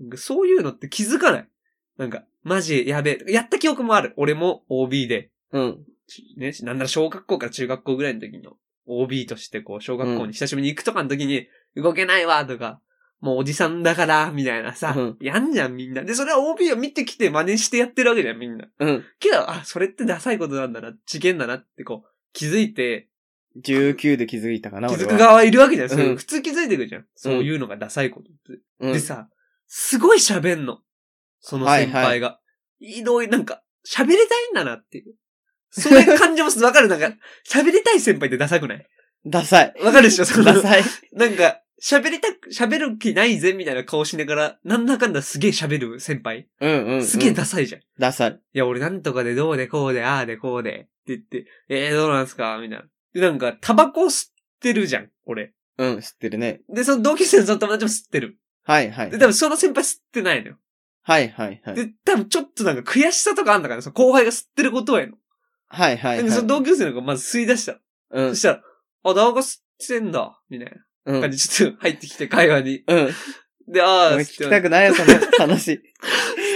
Speaker 1: なんかそういうのって気づかない。なんか、マジやべえ。やった記憶もある。俺も OB で。
Speaker 2: うん。
Speaker 1: ちね、なんなら小学校から中学校ぐらいの時の OB としてこう、小学校に久しぶりに行くとかの時に、動けないわとか、もうおじさんだから、みたいなさ、
Speaker 2: うん
Speaker 1: やんじゃんみんな。で、それは OB を見てきて真似してやってるわけじゃんみんな。
Speaker 2: うん。
Speaker 1: けど、あ、それってダサいことなんだな、事件だなってこう、気づいて、
Speaker 2: 19で気づいたかな、
Speaker 1: 気づく
Speaker 2: 俺は。
Speaker 1: 側はいるわけじゃん。
Speaker 2: う
Speaker 1: そ
Speaker 2: ん
Speaker 1: れ普通気づいてくじゃん。そういうのがダサいことって。
Speaker 2: うん
Speaker 1: でさ、すごい喋んの。その先輩が。いろいろ、なんか、喋りたいんだなっていう。そういう感じもわかる。なんか、喋りたい先輩ってダサくない
Speaker 2: ダサい。
Speaker 1: わかるでしょその
Speaker 2: ダサい。
Speaker 1: なんか、喋りたく、喋る気ないぜみたいな顔しながら、なんだかんだすげえ喋る先輩。
Speaker 2: うんうんうん。
Speaker 1: すげえダサいじゃん。
Speaker 2: ダサい。
Speaker 1: いや、俺なんとかでどうでこうで、ああでこうで、って言って、えー、どうなんすかみたいな。で、なんか、タバコ吸ってるじゃん、俺。
Speaker 2: うん、知ってるね。
Speaker 1: で、その同級生のその友達も吸ってる。
Speaker 2: はいはい
Speaker 1: で、。多分その先輩吸ってないのよ。
Speaker 2: はいはいはい。
Speaker 1: で、多分ちょっとなんか悔しさとかあんだから、その後輩が吸ってることへの。
Speaker 2: はいはいはい。
Speaker 1: で、その同級生の子がまず吸い出した。
Speaker 2: うん
Speaker 1: そ。したら、あ、タバコ吸ってんだ、みたいな
Speaker 2: うん
Speaker 1: 感。じ、ちょっと入ってきて会話に。
Speaker 2: うん。
Speaker 1: で、ああ、吸
Speaker 2: 俺聞
Speaker 1: っ
Speaker 2: き
Speaker 1: てま
Speaker 2: た
Speaker 1: す
Speaker 2: くないよ、その話。
Speaker 1: 吸っ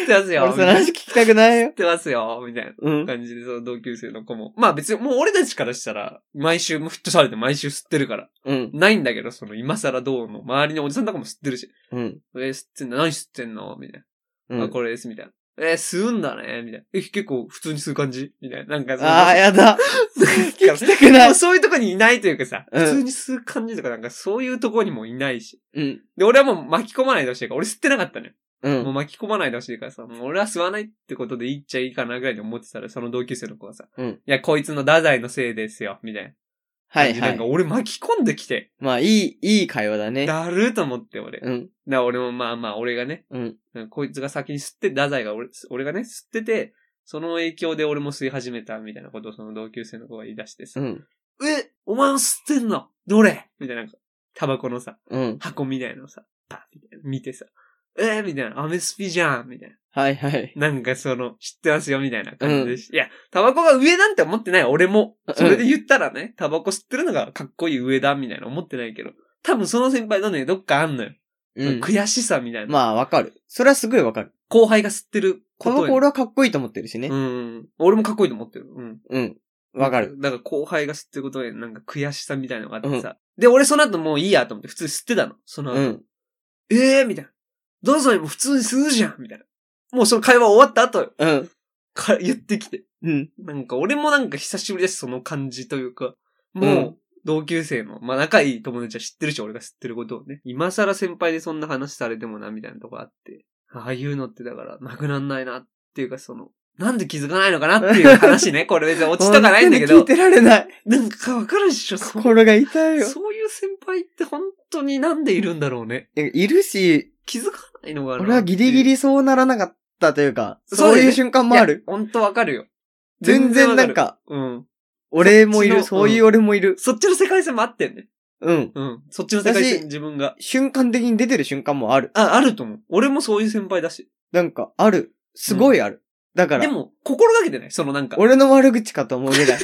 Speaker 1: てますよ。
Speaker 2: 俺
Speaker 1: みた
Speaker 2: その
Speaker 1: いな
Speaker 2: 話聞きたくないよ
Speaker 1: 吸っ。てますよ、みたいな。
Speaker 2: うん。
Speaker 1: 感じで、その同級生の子も。まあ別に、もう俺たちからしたら、毎週、もうフットサルで毎週吸ってるから。
Speaker 2: うん。
Speaker 1: ないんだけど、その今更どうの、周りのおじさんとかも吸ってるし。
Speaker 2: うん。
Speaker 1: えー、吸ってんの何吸ってんのみたいな。
Speaker 2: う
Speaker 1: あ、
Speaker 2: ん。
Speaker 1: これです、みたいな。えー、吸うんだね、みたいな。え、結構普通に吸う感じみたいな。なんかその
Speaker 2: ああ、やだ。聞きたく
Speaker 1: も。
Speaker 2: ないう
Speaker 1: そういうとこにいないというかさ、
Speaker 2: うん
Speaker 1: 普通に吸う感じとかなんかそういうとこにもいないし。
Speaker 2: うん。
Speaker 1: で、俺はもう巻き込まないでほしいから、俺吸ってなかったのよ。
Speaker 2: う。
Speaker 1: もうん巻き込まないでほしいからさ、もう俺は吸わないってことでいいっちゃいいかなぐらいに思ってたら、その同級生の子がさ、
Speaker 2: うん
Speaker 1: いや、こいつの太宰のせいですよ、みたいな。
Speaker 2: はいは
Speaker 1: なんか
Speaker 2: い。
Speaker 1: 俺巻き込んできて、
Speaker 2: まあ、いい、いい会話だね。
Speaker 1: だるーと思って俺。だか
Speaker 2: うん。
Speaker 1: ら俺もまあまあ、俺がね、
Speaker 2: うん。
Speaker 1: なんかこいつが先に吸って、太宰が俺、俺がね、吸ってて、その影響で俺も吸い始めた、みたいなことをその同級生の子が言い出して
Speaker 2: う
Speaker 1: さ、
Speaker 2: ん。
Speaker 1: え、お前も吸ってんのどれみたいな、なんか、タバコのさ、
Speaker 2: うん。
Speaker 1: 箱みたいなのさ、パッみたいな、見てさ、えー、みたいな、アメスピじゃんみたいな。
Speaker 2: はいはい。
Speaker 1: なんかその、知ってますよみたいな感じでし、いや、タバコが上なんて思ってない、俺も。それで言ったらね、タバコ吸ってるのがかっこいい上だ、みたいな思ってないけど。多分その先輩のね、どっかあんのよ。
Speaker 2: うん。
Speaker 1: 悔しさみたいな。
Speaker 2: まあ、わかる。それはすごいわかる。
Speaker 1: 後輩が吸ってるこ
Speaker 2: タ
Speaker 1: と
Speaker 2: バ
Speaker 1: へ
Speaker 2: コ俺はかっこいいと思ってるしね
Speaker 1: う。ん。俺もかっこいいと思ってる。うん。
Speaker 2: うん。わかる。。
Speaker 1: だから後輩が吸ってることへなんか悔しさみたいなのがあってさ。で、俺その後もういいやと思って普通に吸ってたの。その後、
Speaker 2: うん。
Speaker 1: ええー、みたいな。どうぞも普通に吸うじゃんみたいな。もうその会話終わった後よ
Speaker 2: うん。
Speaker 1: か言ってきて。
Speaker 2: うん。
Speaker 1: なんか俺もなんか久しぶりです、その感じというか。
Speaker 2: う
Speaker 1: も
Speaker 2: ん
Speaker 1: う、同級生の、まあ仲いい友達は知ってるし、俺が知ってることをね。今更先輩でそんな話されてもな、みたいなとこあって。ああいうのってだから、なくなんないなっていうか、その、なんで気づかないのかなっていう話 ね。これ別に落ちとかないんだけ
Speaker 2: 本
Speaker 1: ど
Speaker 2: 当、に聞いてられない。
Speaker 1: なんかわかるっしょ、そ
Speaker 2: 心が痛いよ。
Speaker 1: そういう先輩って本当になんでいるんだろうね。
Speaker 2: いるし、
Speaker 1: 気づかないのかな。
Speaker 2: 俺はギリギリそうならなかったというか、
Speaker 1: そう
Speaker 2: そう
Speaker 1: だよね
Speaker 2: いう瞬間もあ
Speaker 1: いや
Speaker 2: る。
Speaker 1: 本当わかるよ。
Speaker 2: 全然
Speaker 1: わ
Speaker 2: な
Speaker 1: る
Speaker 2: ん。か、
Speaker 1: うん。
Speaker 2: 俺もい
Speaker 1: そっち
Speaker 2: る、
Speaker 1: の
Speaker 2: そういう俺もいる。
Speaker 1: そっちの世界線もあってんね。
Speaker 2: うん。
Speaker 1: うん。そっちの世界
Speaker 2: 私
Speaker 1: 線自分が。
Speaker 2: 瞬間的に出てる瞬間もある。
Speaker 1: あ、あると思う。俺もそういう先輩だし。
Speaker 2: なんか、ある。すごいある。だか
Speaker 1: で
Speaker 2: ら、
Speaker 1: も、心がけてないそのなんか。
Speaker 2: 俺の悪口かと思うぐ らい。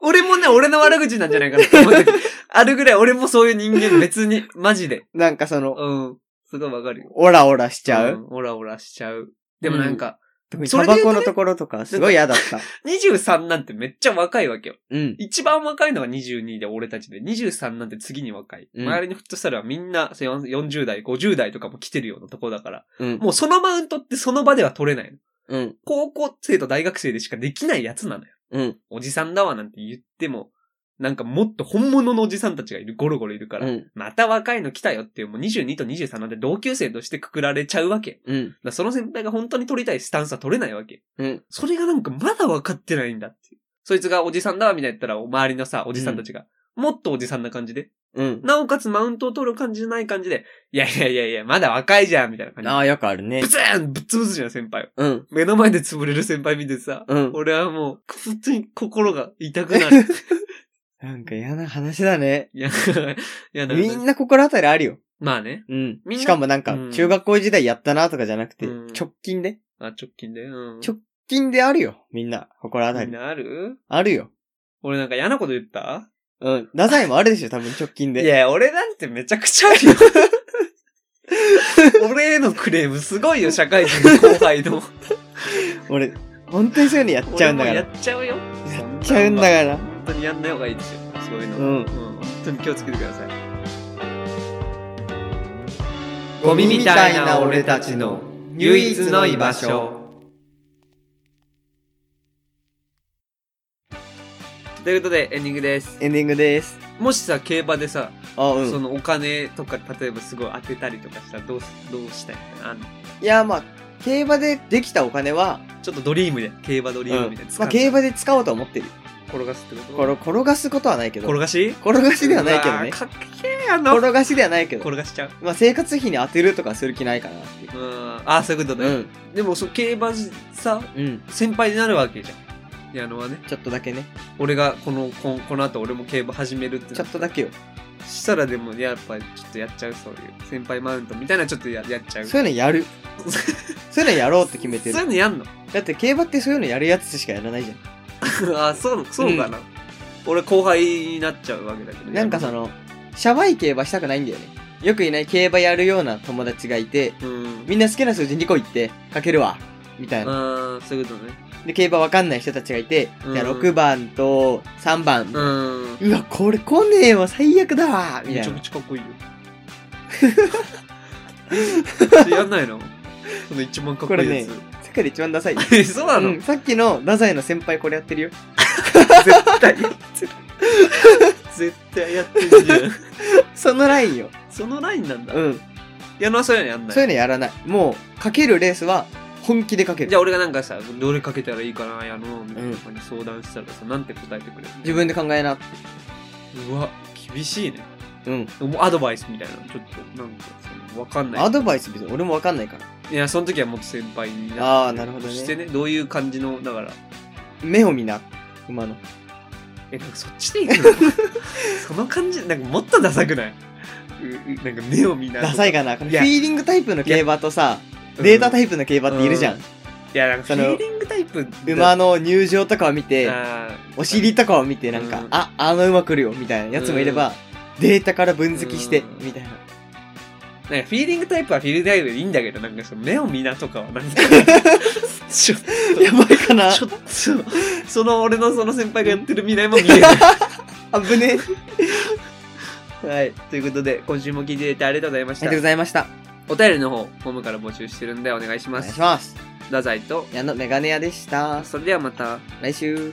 Speaker 1: 俺もね、俺の悪口なんじゃ ないかなって思う時あるぐらい俺もそういう人間別に、マジで。
Speaker 2: なんかその、
Speaker 1: うん。すごいわかるよ。
Speaker 2: オラオラしちゃう。
Speaker 1: んオラオラしちゃう。でもなんか、
Speaker 2: 特に
Speaker 1: そ
Speaker 2: タ
Speaker 1: れで
Speaker 2: バ
Speaker 1: 言うと
Speaker 2: コ
Speaker 1: ね
Speaker 2: のところとか、すごい嫌だ った。
Speaker 1: 23なんてめっちゃ若いわけよ。
Speaker 2: うん。
Speaker 1: 一番若いのが22で俺たちで、23なんて次に若い。
Speaker 2: うん
Speaker 1: 周りのフットサルはみんなそう40代、50代とかも来てるようなとこだから、
Speaker 2: うん。
Speaker 1: もうそのマウントってその場では取れないの。
Speaker 2: うん。
Speaker 1: 高校生と大学生でしかできないやつなのよ。
Speaker 2: うん。
Speaker 1: おじさんだわなんて言っても、なんかもっと本物のおじさんたちがいる、ゴロゴロいるから、
Speaker 2: うん。
Speaker 1: また若いの来たよっていう、もう22と23なんて同級生としてくくられちゃうわけ。だか
Speaker 2: うん。
Speaker 1: らその先輩が本当に取りたいスタンスは取れないわけ。
Speaker 2: うん。
Speaker 1: それがなんかまだ分かってないんだっていう。そいつがおじさんだわみたいな言ったら、周りのさ、おじさんたちが、もっとおじさんな感じで、
Speaker 2: うん。
Speaker 1: なおかつマウントを取る感じじゃない感じで、いやいやいやいや、まだ若いじゃんみたいな感じ
Speaker 2: ああ、よくあるね
Speaker 1: で。ブ。ツーンぶっ潰すじゃん、先輩を。
Speaker 2: うん。
Speaker 1: 目の前で潰れる先輩見てさ、
Speaker 2: うん。
Speaker 1: 俺はもう、普通に心が痛く なる。
Speaker 2: なんか嫌な話だね。
Speaker 1: いや、いや、なんか
Speaker 2: みんな心当たりあるよ。
Speaker 1: まあね。
Speaker 2: うん
Speaker 1: みんな
Speaker 2: しかもなんか
Speaker 1: うん、
Speaker 2: 中学校時代やったなとかじゃなくて、
Speaker 1: うん
Speaker 2: 直近で
Speaker 1: あ、直近で。うん。
Speaker 2: 直近であるよ。みんな、心当た
Speaker 1: みん
Speaker 2: り。
Speaker 1: なある
Speaker 2: あるよ。
Speaker 1: 俺なんか嫌なこと言った
Speaker 2: うん。ダサいもあるでしょ、多分直近
Speaker 1: い
Speaker 2: で。
Speaker 1: や、俺なんてめちゃくちゃあ るよ。俺へのクレームすごいよ、社会人の後輩の。
Speaker 2: 俺、本当にそういうのやっちゃうんだか
Speaker 1: 俺
Speaker 2: ら。
Speaker 1: もやっちゃうよ。やっ。
Speaker 2: ちゃうんだからら。
Speaker 1: 本当にやんない方がいいですよ。そういうの。
Speaker 2: うん
Speaker 1: 本当に気をつけてください。
Speaker 2: ゴミみたいな俺たちの唯一の居場所。
Speaker 1: ということで、エンディングです。
Speaker 2: エンディングです。
Speaker 1: もしさ、競馬でさ、
Speaker 2: あ、う
Speaker 1: そ
Speaker 2: ん。
Speaker 1: のお金とか、例えばすごい当てたりとかしたら、どうす、どうしたいみたいなのあんの
Speaker 2: いや、まあ、競馬でできたお金は、
Speaker 1: ちょっとドリームで、競馬ドリームみたいな。
Speaker 2: まあ、競馬で使おうと思ってる。
Speaker 1: 転がすってこと
Speaker 2: 転転がすことはないけど。
Speaker 1: 転がし
Speaker 2: 転がしではないけど
Speaker 1: うわー
Speaker 2: ね。
Speaker 1: かっけえやの
Speaker 2: 転がしではないけど。
Speaker 1: 転がしちゃう。
Speaker 2: まあ、生活費に当てるとかする気ないかなっていう。
Speaker 1: うん。あ、そういうこと
Speaker 2: う
Speaker 1: ね。
Speaker 2: ん。
Speaker 1: でも、そう、競馬さ、
Speaker 2: うん。
Speaker 1: 先輩になるわけじゃん。矢野はね。
Speaker 2: ちょっとだけね。
Speaker 1: 俺がこのここの後俺も競馬始めるって
Speaker 2: ちょっとだけよ。
Speaker 1: したらでもやっぱちょっとやっちゃうそういう先輩マウントみたいなちょっとややっちゃう
Speaker 2: そういうの やる。そういうのやろうって決めて
Speaker 1: そういう
Speaker 2: る。
Speaker 1: のやんの
Speaker 2: だって競馬ってそういうのやるやつしかやらないじ
Speaker 1: あそうそうかな、俺後輩になっちゃうわけだけ
Speaker 2: ゃ
Speaker 1: ど
Speaker 2: ん。なんかその、シャバい競馬したくないんだよね。よくいない競馬やるような友達がいて、
Speaker 1: うん
Speaker 2: みんな好きな数字2個いって、かけるわ。みたいな。
Speaker 1: ああそういうことね
Speaker 2: で、競馬わかんない人たちがいて、
Speaker 1: うん
Speaker 2: じゃあ6番と3番。
Speaker 1: うん
Speaker 2: うわ、これ来ねえわ、最悪だわ。みた
Speaker 1: めちゃ
Speaker 2: い
Speaker 1: く
Speaker 2: な。
Speaker 1: ちゃかっこいい よそれやんないのその一番かっこいいやつ、
Speaker 2: こ世界で一番ダサいよ。
Speaker 1: え そうなの、
Speaker 2: うんさっきのダザイの先輩これやってるよ。
Speaker 1: 絶 対やってる絶対やってるじゃん
Speaker 2: そのラインよ。
Speaker 1: そのラインなんだ、
Speaker 2: うん。
Speaker 1: 矢野はそういうのやんない
Speaker 2: そういうのやらない。もう、かけるレースは本気でかける。
Speaker 1: じゃあ俺がなんかさ、どれかけたらいいかな、やの、みたいな
Speaker 2: うん
Speaker 1: 子に相談したらさ、なんて答えてくれる
Speaker 2: 自分で考えな。
Speaker 1: うわ、厳しいね。
Speaker 2: うん。
Speaker 1: もうアドバイスみたいな、ちょっと、なんかその、わかんない。
Speaker 2: アドバイス別に俺もわかんないから。
Speaker 1: いや、その時はもっと先輩になって
Speaker 2: あーなるほどね
Speaker 1: してね、どういう感じの、だから、
Speaker 2: 目を見な。馬の。
Speaker 1: え、なんかそっちでいくの その感じ、なんかもっとダサくないううなんか目を見な。
Speaker 2: ダサいかな。フ
Speaker 1: い
Speaker 2: ィ
Speaker 1: や
Speaker 2: ーリングタイプの競馬とさ、データタ
Speaker 1: イ
Speaker 2: イプの競馬っているじゃ。
Speaker 1: うんプ。いや、なんかフ
Speaker 2: その
Speaker 1: ィーリングタイプ。
Speaker 2: 馬
Speaker 1: の、
Speaker 2: の入場とかを見て、
Speaker 1: あー
Speaker 2: お尻とかを見てなんか、
Speaker 1: うん
Speaker 2: あ、あの馬来るよ、みたいなやつもいれば、データから分析して
Speaker 1: う、ん
Speaker 2: みたいな。
Speaker 1: なんかフィーリングタイプはフィーリングタイプでいいんだけど、なんかその目を見なとかはなんか、ちょっと、
Speaker 2: やばいかな
Speaker 1: ちょっと、その俺のその先輩がやってる未来も見えない。
Speaker 2: あぶねえ。あり
Speaker 1: はい。ということで、今週も聞いていただいてありがとうございまし
Speaker 2: が
Speaker 1: た
Speaker 2: とう。ございました。
Speaker 1: お便りの方、ホームから募集してるんでお願いし
Speaker 2: お
Speaker 1: ま
Speaker 2: 願いし
Speaker 1: す。
Speaker 2: ます。
Speaker 1: 太宰と、
Speaker 2: 矢野メガネ屋でした。
Speaker 1: それではまた。
Speaker 2: 来週。